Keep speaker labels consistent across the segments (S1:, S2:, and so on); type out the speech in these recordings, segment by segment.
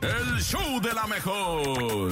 S1: El show de la mejor.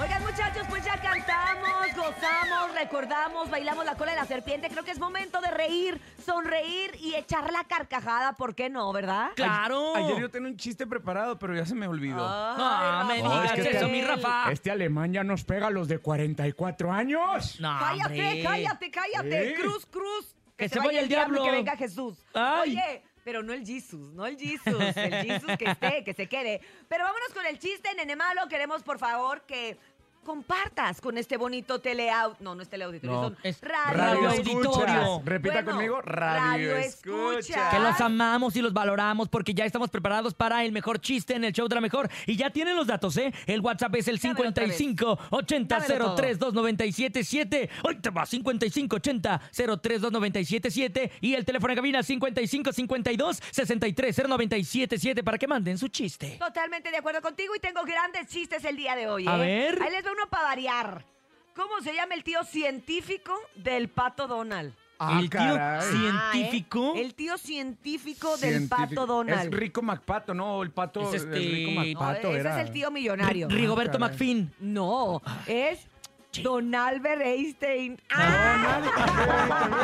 S2: Oigan muchachos, pues ya cantamos, gozamos, recordamos, bailamos la cola de la serpiente. Creo que es momento de reír, sonreír y echar la carcajada. ¿Por qué no, verdad?
S3: ¡Claro!
S4: Ayer yo tenía un chiste preparado, pero ya se me olvidó.
S2: Ah.
S3: No, me
S2: Ay,
S3: digas
S2: Rafael.
S4: es que
S3: Ah, eso, mi Rafa.
S4: Este alemán ya nos pega a los de 44 años.
S3: No,
S2: Cállate,
S3: hombre.
S2: cállate, cállate.
S4: Sí.
S2: Cruz, cruz.
S3: Que se vaya el diablo.
S2: y Que venga Jesús.
S3: Ay.
S2: Oye, pero no el Jesús, no el Jesús. El Jesús que esté, que se quede. Pero vámonos con el chiste, nene malo. Queremos, por favor, que compartas con este bonito teleaut. No, no es teleauditorio,
S4: No,
S2: son
S3: es
S2: radio,
S3: radio auditorio.
S4: Repita
S2: Bueno,
S4: conmigo, radio,
S2: radio
S4: escucha.
S2: escucha.
S3: Que los amamos y los valoramos porque ya estamos preparados para el mejor chiste en el show de la mejor. Y ya tienen los datos, ¿eh? El WhatsApp es el
S2: Dámelo otra vez.
S3: 55 80 03 2977. Hoy te va 55 80 03 2977. Y el teléfono de cabina 55 52 63 0977 para que manden su chiste.
S2: Totalmente de acuerdo contigo y tengo grandes chistes el día de hoy.
S3: A
S2: ¿eh?
S3: ver.
S2: Ahí les va uno para variar. ¿Cómo se llama el tío científico del pato Donald?
S4: Ah,
S3: el tío
S4: caray.
S3: sí.
S2: Ah, ¿eh?
S3: ¿Científico?
S2: El tío científico del
S4: Científico.
S2: pato Donald.
S4: Es Rico MacPato, ¿no? El pato.
S3: Es
S4: Es
S3: este-
S4: Rico
S2: No,
S4: MacPato
S2: ese
S4: era.
S2: es el tío millonario.
S3: Rigoberto
S4: Ah, caray.
S3: McFin.
S2: No,
S3: Ah.
S2: es Don Albert Einstein. ¡Ah!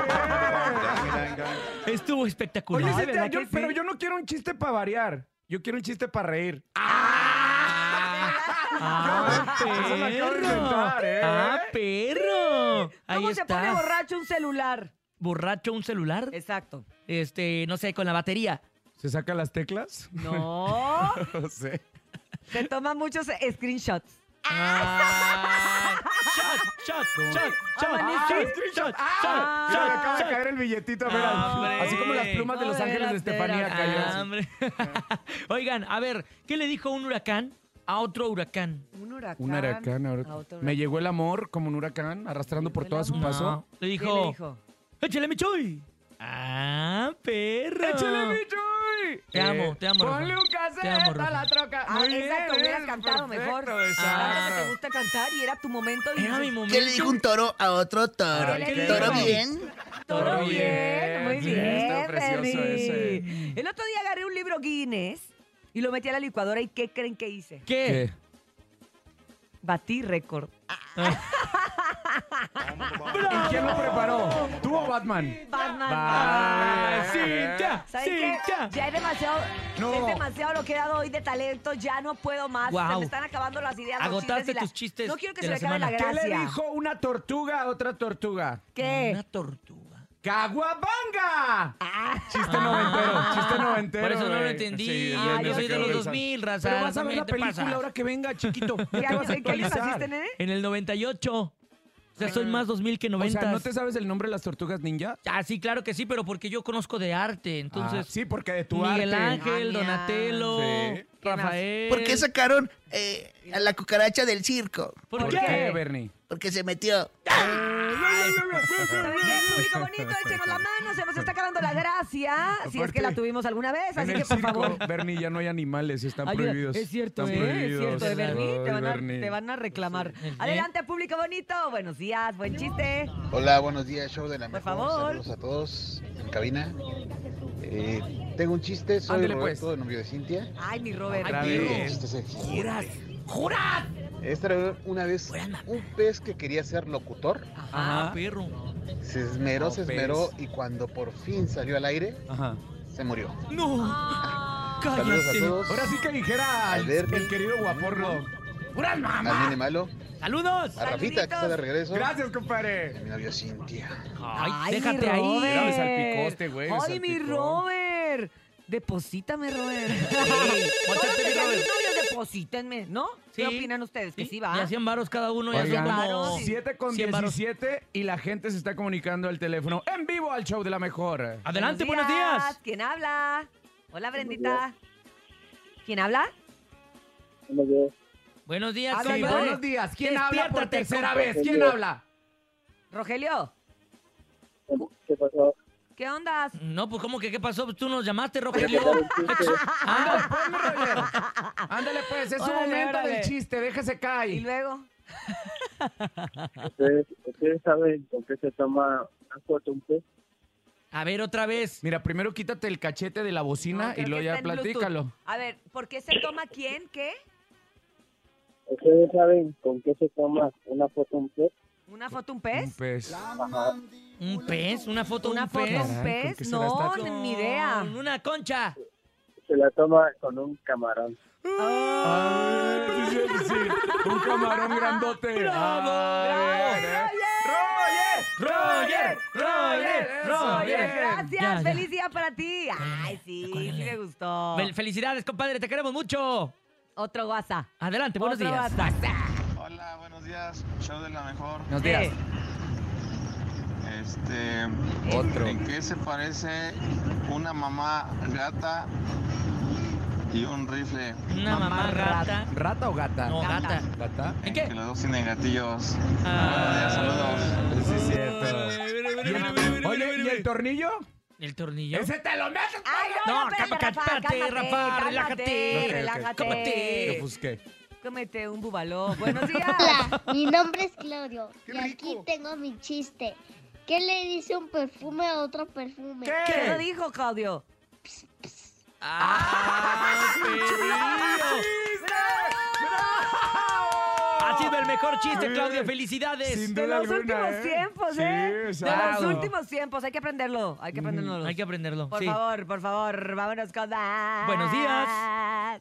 S3: Estuvo
S4: Oye,
S3: espectacular.
S4: ese te-
S3: ¿verdad
S4: yo-
S3: que sí?
S4: pero yo no quiero un chiste para variar. Yo quiero un chiste para reír.
S3: ¡Ah,
S4: Eso lo acabo de
S3: perro!
S4: inventar, ¿eh?
S3: ¡Ah, perro! Ahí
S2: ¿Cómo se pone
S3: está.
S2: borracho un celular?
S3: Borracho un celular.
S2: Exacto.
S3: Este, no sé, con la batería.
S4: ¿Se saca las teclas?
S2: No,
S4: No sé.
S2: se toma muchos screenshots.
S3: Ah, shot, shot, shot, shot,
S2: Amanecí.
S3: shot, shot,
S2: Ah,
S4: Se le
S3: shot,
S4: acaba de
S3: shot.
S4: caer el billetito, mira.
S3: Hombre.
S4: Así como las plumas de Los
S2: No, de
S4: Ángeles de
S2: veras, de
S4: Estefanía
S2: veras.
S4: cayó.
S3: Ah, hombre. Oigan, a ver, ¿qué le dijo un huracán a otro huracán?
S2: Un huracán.
S4: Un huracán
S2: a
S4: ahora.
S2: otro
S4: Me
S2: huracán.
S4: llegó el amor como un huracán, arrastrando por
S2: El
S4: todo a su
S2: amor.
S4: paso.
S3: No, Ah, Le
S2: ¿Qué
S3: dijo,
S2: le dijo?
S3: ¡échale mi choy! ¡Ah, perro!
S4: Ah. Chuy!
S3: Te amo, te amo, Rafa. Te amo, Rafa.
S4: troca.
S2: Ah,
S4: Muy bien,
S2: exacto, hubieras
S4: eh,
S2: cantado
S4: perfecto,
S2: mejor. Ah, Ahora que te
S4: exacto.
S2: gusta cantar y era tu momento. y
S3: Era mi
S2: dices,
S3: momento.
S5: ¿Qué le dijo un toro a otro toro?
S4: Ay,
S2: qué
S5: ¿Toro
S2: lindo.
S5: bien?
S2: Todo
S4: Todo
S2: bien,
S4: bien,
S2: muy
S4: sí,
S2: bien,
S4: está precioso
S2: Bernie.
S4: ese.
S2: El otro día agarré un libro Guinness y lo metí a la licuadora y ¿qué creen que hice?
S3: ¿Qué?
S4: ¿Qué?
S2: Batí récord.
S4: ¿Y quién lo preparó? ¿Tú o Batman?
S2: Batman.
S4: Vale.
S2: Batman.
S3: ¡Sí, ya!
S2: ¿Sabes
S3: ¡Sí,
S2: qué?
S3: ya!
S2: Ya es demasiado,
S4: No.
S2: es demasiado lo que he dado hoy de talento, ya no puedo más.
S3: Guau.
S2: Se me están acabando las ideas. los
S3: Agotaste
S2: chistes y la-
S3: tus chistes
S2: No quiero que
S3: de
S2: se me
S3: la
S2: acabe la
S3: semana.
S4: ¿Qué
S2: gracia.
S4: le dijo una tortuga a otra tortuga?
S2: ¿Qué?
S3: Una tortuga.
S4: ¡Caguabanga! Ah.
S2: Ah,
S4: Chiste noventero, chiste noventero.
S3: Por eso no lo
S4: güey.
S3: entendí.
S4: Sí,
S2: Ah,
S4: ya
S3: yo
S2: yo
S3: soy
S2: sé
S3: de
S2: que
S3: los
S2: lo
S3: 2000, raza.
S4: Pero vas a ver
S3: ¿Qué
S4: la
S3: te
S4: película
S3: pasa?
S4: ahora que venga, chiquito. Ya
S2: ¿Qué
S4: te vas
S2: año-
S4: a
S2: ¿En qué año
S4: actualizar.
S2: naciste, nene?
S3: En el 98. O sea, soy más 2000 que
S4: O
S3: 90.
S4: sea, ¿no te sabes el nombre de las tortugas ninja?
S3: Ah, sí, claro que sí, pero porque yo conozco de arte. Entonces,
S4: Ah, sí, porque de tu
S3: Miguel
S4: arte.
S3: Ángel,
S2: Ah,
S3: Donatello,
S4: Sí.
S3: Rafael.
S5: ¿Por qué sacaron eh, a la cucaracha del circo?
S3: ¿Por
S4: ¿Por
S3: qué?
S4: qué, Bernie?
S5: Porque se metió.
S2: ¿Saben qué, público bonito? Échenos la mano, se nos está acabando la gracia. Si es que la
S4: Aparte,
S2: tuvimos alguna vez, así
S4: En
S2: que
S4: el
S2: por favor.
S4: circo, Bernie, ya no hay animales y están
S2: Ayuda.
S4: prohibidos.
S2: Es cierto,
S4: Están
S2: ¿eh? es
S4: prohibidos.
S2: cierto, de Bernie, te
S4: Ay,
S2: van a,
S4: Bernie.
S2: te van a reclamar.
S3: Sí.
S2: Adelante, público bonito, buenos días, buen chiste.
S6: Hola, buenos días, show de la
S2: Por
S6: mejor.
S2: favor.
S6: Saludos a todos en cabina. Eh, tengo un chiste, soy
S4: Ándele,
S6: Roberto,
S4: pues.
S6: de novio de Cintia.
S2: Ay, mi Robert.
S4: Otra
S6: Y
S4: vez.
S6: el chiste es el siguiente.
S3: ¡Juras! ¡Juras!
S6: Esta era una vez un pez que quería ser locutor,
S3: Ah,
S4: Ajá.
S3: perro.
S6: se esmeró,
S4: Oh,
S6: se
S4: pez.
S6: esmeró y cuando por fin salió al aire,
S4: Ajá.
S6: se murió.
S3: ¡No!
S6: Saludos a
S3: ¡Cállate!
S6: todos,
S4: Ahora sí que dijera al-
S6: Bernie.
S4: el querido guaporro. ¡Puras
S6: al
S4: mamá!
S6: nene malo,
S3: ¡Saludos!
S6: a Rafita que está de regreso,
S4: Gracias, compadre.
S6: a mi novio Cintia.
S3: ¡Ay, déjate ahí!
S2: Robert.
S4: Mira, me salpicó este güey, me
S2: Ay, mi
S4: salpicó.
S2: Robert. Deposítame, Robert. Todos los
S3: mochate,
S2: que
S3: mi
S2: sean mis
S3: Robert.
S2: novios, deposítenme, ¿no?
S3: Sí.
S2: ¿Qué opinan ustedes? Que sí va.
S3: Ya 100 varos cada uno, ya son
S4: Oigan,
S3: como...
S2: Claro, sí.
S4: 7 con
S3: 100 varos.
S4: 17 y la gente se está comunicando al teléfono en vivo al show de la mejor.
S3: Adelante, buenos días.
S2: ¿Quién habla? Hola, Brendita. ¿Quién habla?
S3: Buenos días,
S2: A ver,
S3: compadre.
S4: Sí,
S2: brother.
S4: buenos días. ¿Quién habla por
S3: Despiértate,
S4: tercera
S3: compadre.
S4: vez? ¿Quién habla?
S2: Rogelio. ¿Qué onda?
S3: No, pues ¿cómo que qué pasó? Pues, Tú nos llamaste, Rogelio.
S4: Ándale, pues, mi Roger. Ándale, pues, es su
S2: Órale,
S4: momento
S2: órale.
S4: del chiste, déjese
S2: Y
S4: caer.
S2: luego.
S7: ¿Ustedes, ustedes saben con qué se toma una foto un pez?
S3: A ver, otra vez.
S4: Mira, primero quítate el cachete de la
S2: No,
S4: bocina y
S2: creo
S4: luego
S2: que
S4: ya
S2: está en Bluetooth.
S4: platícalo.
S2: A ver, ¿por qué se toma quién? ¿Qué?
S7: ¿Ustedes saben con qué se toma una foto un pez?
S2: ¿Una foto, un pez?
S4: Un pez.
S3: ¿Un pez? ¿Una foto?
S2: ¿Una
S3: un
S2: foto,
S3: pez?
S2: un
S4: Caray, ¿con qué
S2: pez?
S4: será esta
S2: No,
S4: cosa?
S2: ni idea.
S3: Con Una concha.
S7: Se la toma con un camarón.
S4: Ah, sí, sí, sí. Un camarón grandote. Ah, bien, eh.
S3: Roger, Roger, Roger.
S2: Gracias,
S3: Ya, ya.
S2: feliz día para ti. Ay, sí, sí me gustó.
S3: Fel- Felicidades, compadre, te queremos mucho.
S2: Otro WhatsApp.
S3: Adelante, buenos
S2: Otro
S3: días.
S2: WhatsApp.
S8: Hola, buenos días. Show de la mejor.
S4: Buenos días.
S8: Este,
S4: Otro.
S8: ¿en qué se parece una mamá gata y un rifle?
S3: Una mamá rata.
S4: ¿Rata o gata?
S3: No, gata.
S4: ¿Gata?
S3: ¿En
S8: Que
S3: qué?
S8: los dos tienen gatillos.
S3: Ah.
S8: Saludos.
S4: Sí, es cierto.
S3: Ay, mira, mira, mira, mira,
S4: Oye,
S3: mira,
S4: ¿y el
S3: mira.
S4: tornillo?
S3: ¿El tornillo?
S4: te lo metes.
S2: Ay, no,
S3: No,
S2: no, espérate,
S3: cálmate,
S2: Rafa,
S3: cálmate, Rafa,
S2: cálmate,
S3: relájate.
S4: Ok, ok.
S2: Relájate.
S3: Cómete.
S4: Yo busqué.
S2: Cómete un bubaló. Buenos días.
S9: Hola, mi nombre es Claudio
S5: Qué
S9: y aquí
S5: rico.
S9: tengo mi chiste. ¿Qué le dice un perfume a otro perfume?
S2: ¿Qué lo dijo, Claudio?
S3: ¡Ah, perrillo! Ha sido el mejor chiste, Claudio. ¡Felicidades!
S4: Sin
S2: De
S4: duda
S2: los
S4: alguna,
S2: últimos
S4: ¿eh?
S2: tiempos,
S4: Sí,
S2: ¿eh? De los
S4: exacto.
S2: últimos tiempos. Hay que aprenderlo. Hay que aprenderlo.
S3: Hay que aprenderlo.
S2: Por
S3: sí.
S2: favor, por favor, vámonos con Dan.
S3: Buenos días.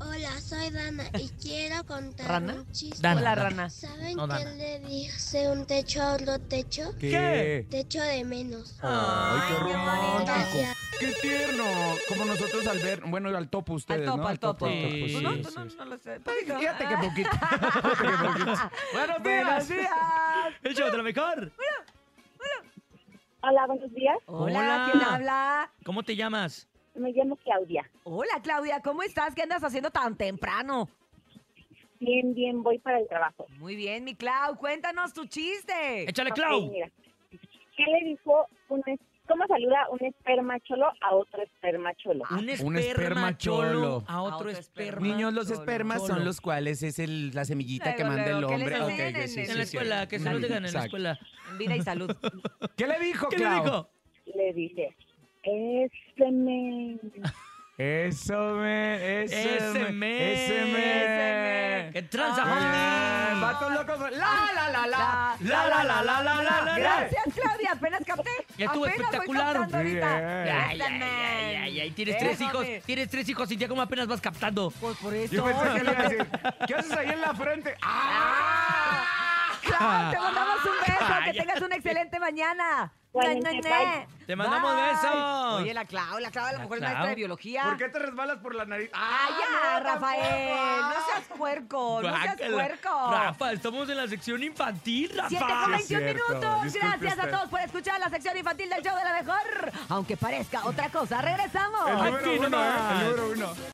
S9: Hola, soy Dana y quiero contar
S2: ¿Rana?
S9: un chiste.
S3: Dana.
S2: Hola, rana.
S9: ¿Saben
S3: No,
S9: qué
S3: Dana.
S9: le dice un techo a otro techo?
S4: ¿Qué?
S9: Techo de menos.
S4: Ay, qué
S2: Ay, qué
S4: romántico.
S9: bonito.
S4: Qué tierno. Como nosotros al ver, bueno, al topo
S2: Al
S4: ustedes,
S2: topo,
S4: ¿no?
S2: al topo.
S3: topo, al
S4: Sí,
S2: ¿Tú no? ¿Tú
S4: pues sí,
S2: no? Ah.
S4: sí.
S2: No lo sé.
S4: Fíjate que poquito. Fíjate que poquito.
S3: ¡Buenos
S2: Buenos
S3: días!
S2: días.
S3: ¡El show de lo mejor!
S10: Hola, buenos días.
S2: Hola,
S3: Hola.
S2: ¿quién habla?
S3: ¿Cómo te llamas?
S10: Me llamo Claudia.
S2: Hola, Claudia, ¿cómo estás? ¿Qué andas haciendo tan temprano?
S10: Bien, bien, voy para el trabajo.
S2: Muy bien, mi Clau, cuéntanos tu chiste.
S3: ¡Échale,
S10: Ok,
S3: Clau!
S10: mira. ¿Qué le dijo un es- cómo saluda un esperma cholo a otro esperma cholo?
S3: Un esperma,
S4: esperma
S3: cholo
S4: cholo.
S3: a
S2: A
S3: otro
S2: otro
S3: esperma.
S2: esperma.
S4: Niños, los
S2: Solo.
S4: espermas
S3: Solo.
S4: son los cuales es el, la semillita que
S2: Luego,
S4: manda el
S2: luego, ¿qué les
S4: hombre. Ok,
S2: enseñan
S4: ok,
S2: en
S4: sí,
S2: el-
S4: sí,
S3: En la
S4: sí,
S3: escuela,
S4: cierto.
S3: que se lo digan en la
S4: Exacto.
S3: escuela.
S2: En vida y salud.
S4: ¿Qué le dijo,
S3: ¿Qué le
S4: Clau?
S3: dijo?
S10: Le dice, ese men.
S4: Eso me,
S3: Ese me.
S4: ese
S2: Ese
S4: me.
S2: me.
S3: ¡Qué tranza,
S4: Muy
S3: homie!
S4: bien, vatos locos. La, la, la, la.
S3: La, la, la, la, la, la, la.
S2: Gracias, Claudia, apenas capté.
S3: Ya
S2: apenas
S3: estuvo
S2: voy
S3: espectacular.
S2: captando
S4: Muy
S2: ahorita.
S4: bien.
S3: Ay, ay, ay, ay, ay, ay, Tienes tres hijos,
S2: Déjame.
S3: tienes tres hijos y ya como apenas vas captando.
S2: Pues por eso.
S4: Yo pensé que le iba a decir, ¿qué haces ahí en la frente? ¡Ah!
S2: Clau, te mandamos un beso,
S3: Ay,
S2: que
S3: ya.
S2: tengas una excelente mañana.
S10: Bueno,
S2: Ne, ne,
S10: bye.
S2: ne.
S3: Te mandamos
S2: Bye.
S3: besos.
S2: Oye, la Clau, la Clau a lo
S3: La
S2: mejor es
S3: Clau.
S2: maestra de biología. Ah,
S4: ¿Por qué te resbalas por la nariz? Ah,
S2: ¡Ay, ya,
S4: no,
S2: Rafael!
S4: tampoco.
S2: No seas puerco, no seas
S3: Guácala.
S2: puerco.
S3: Rafa, estamos en la sección infantil,
S2: Siete con
S3: Rafa.
S4: Sí,
S2: 21
S4: es cierto.
S2: minutos.
S4: Disculpe
S2: Gracias a
S4: usted.
S2: todos por escuchar la sección infantil del show de la mejor. Aunque parezca otra cosa, regresamos.
S4: El
S3: Aquí
S4: número uno,
S3: nomás.
S4: ¿eh? El número uno.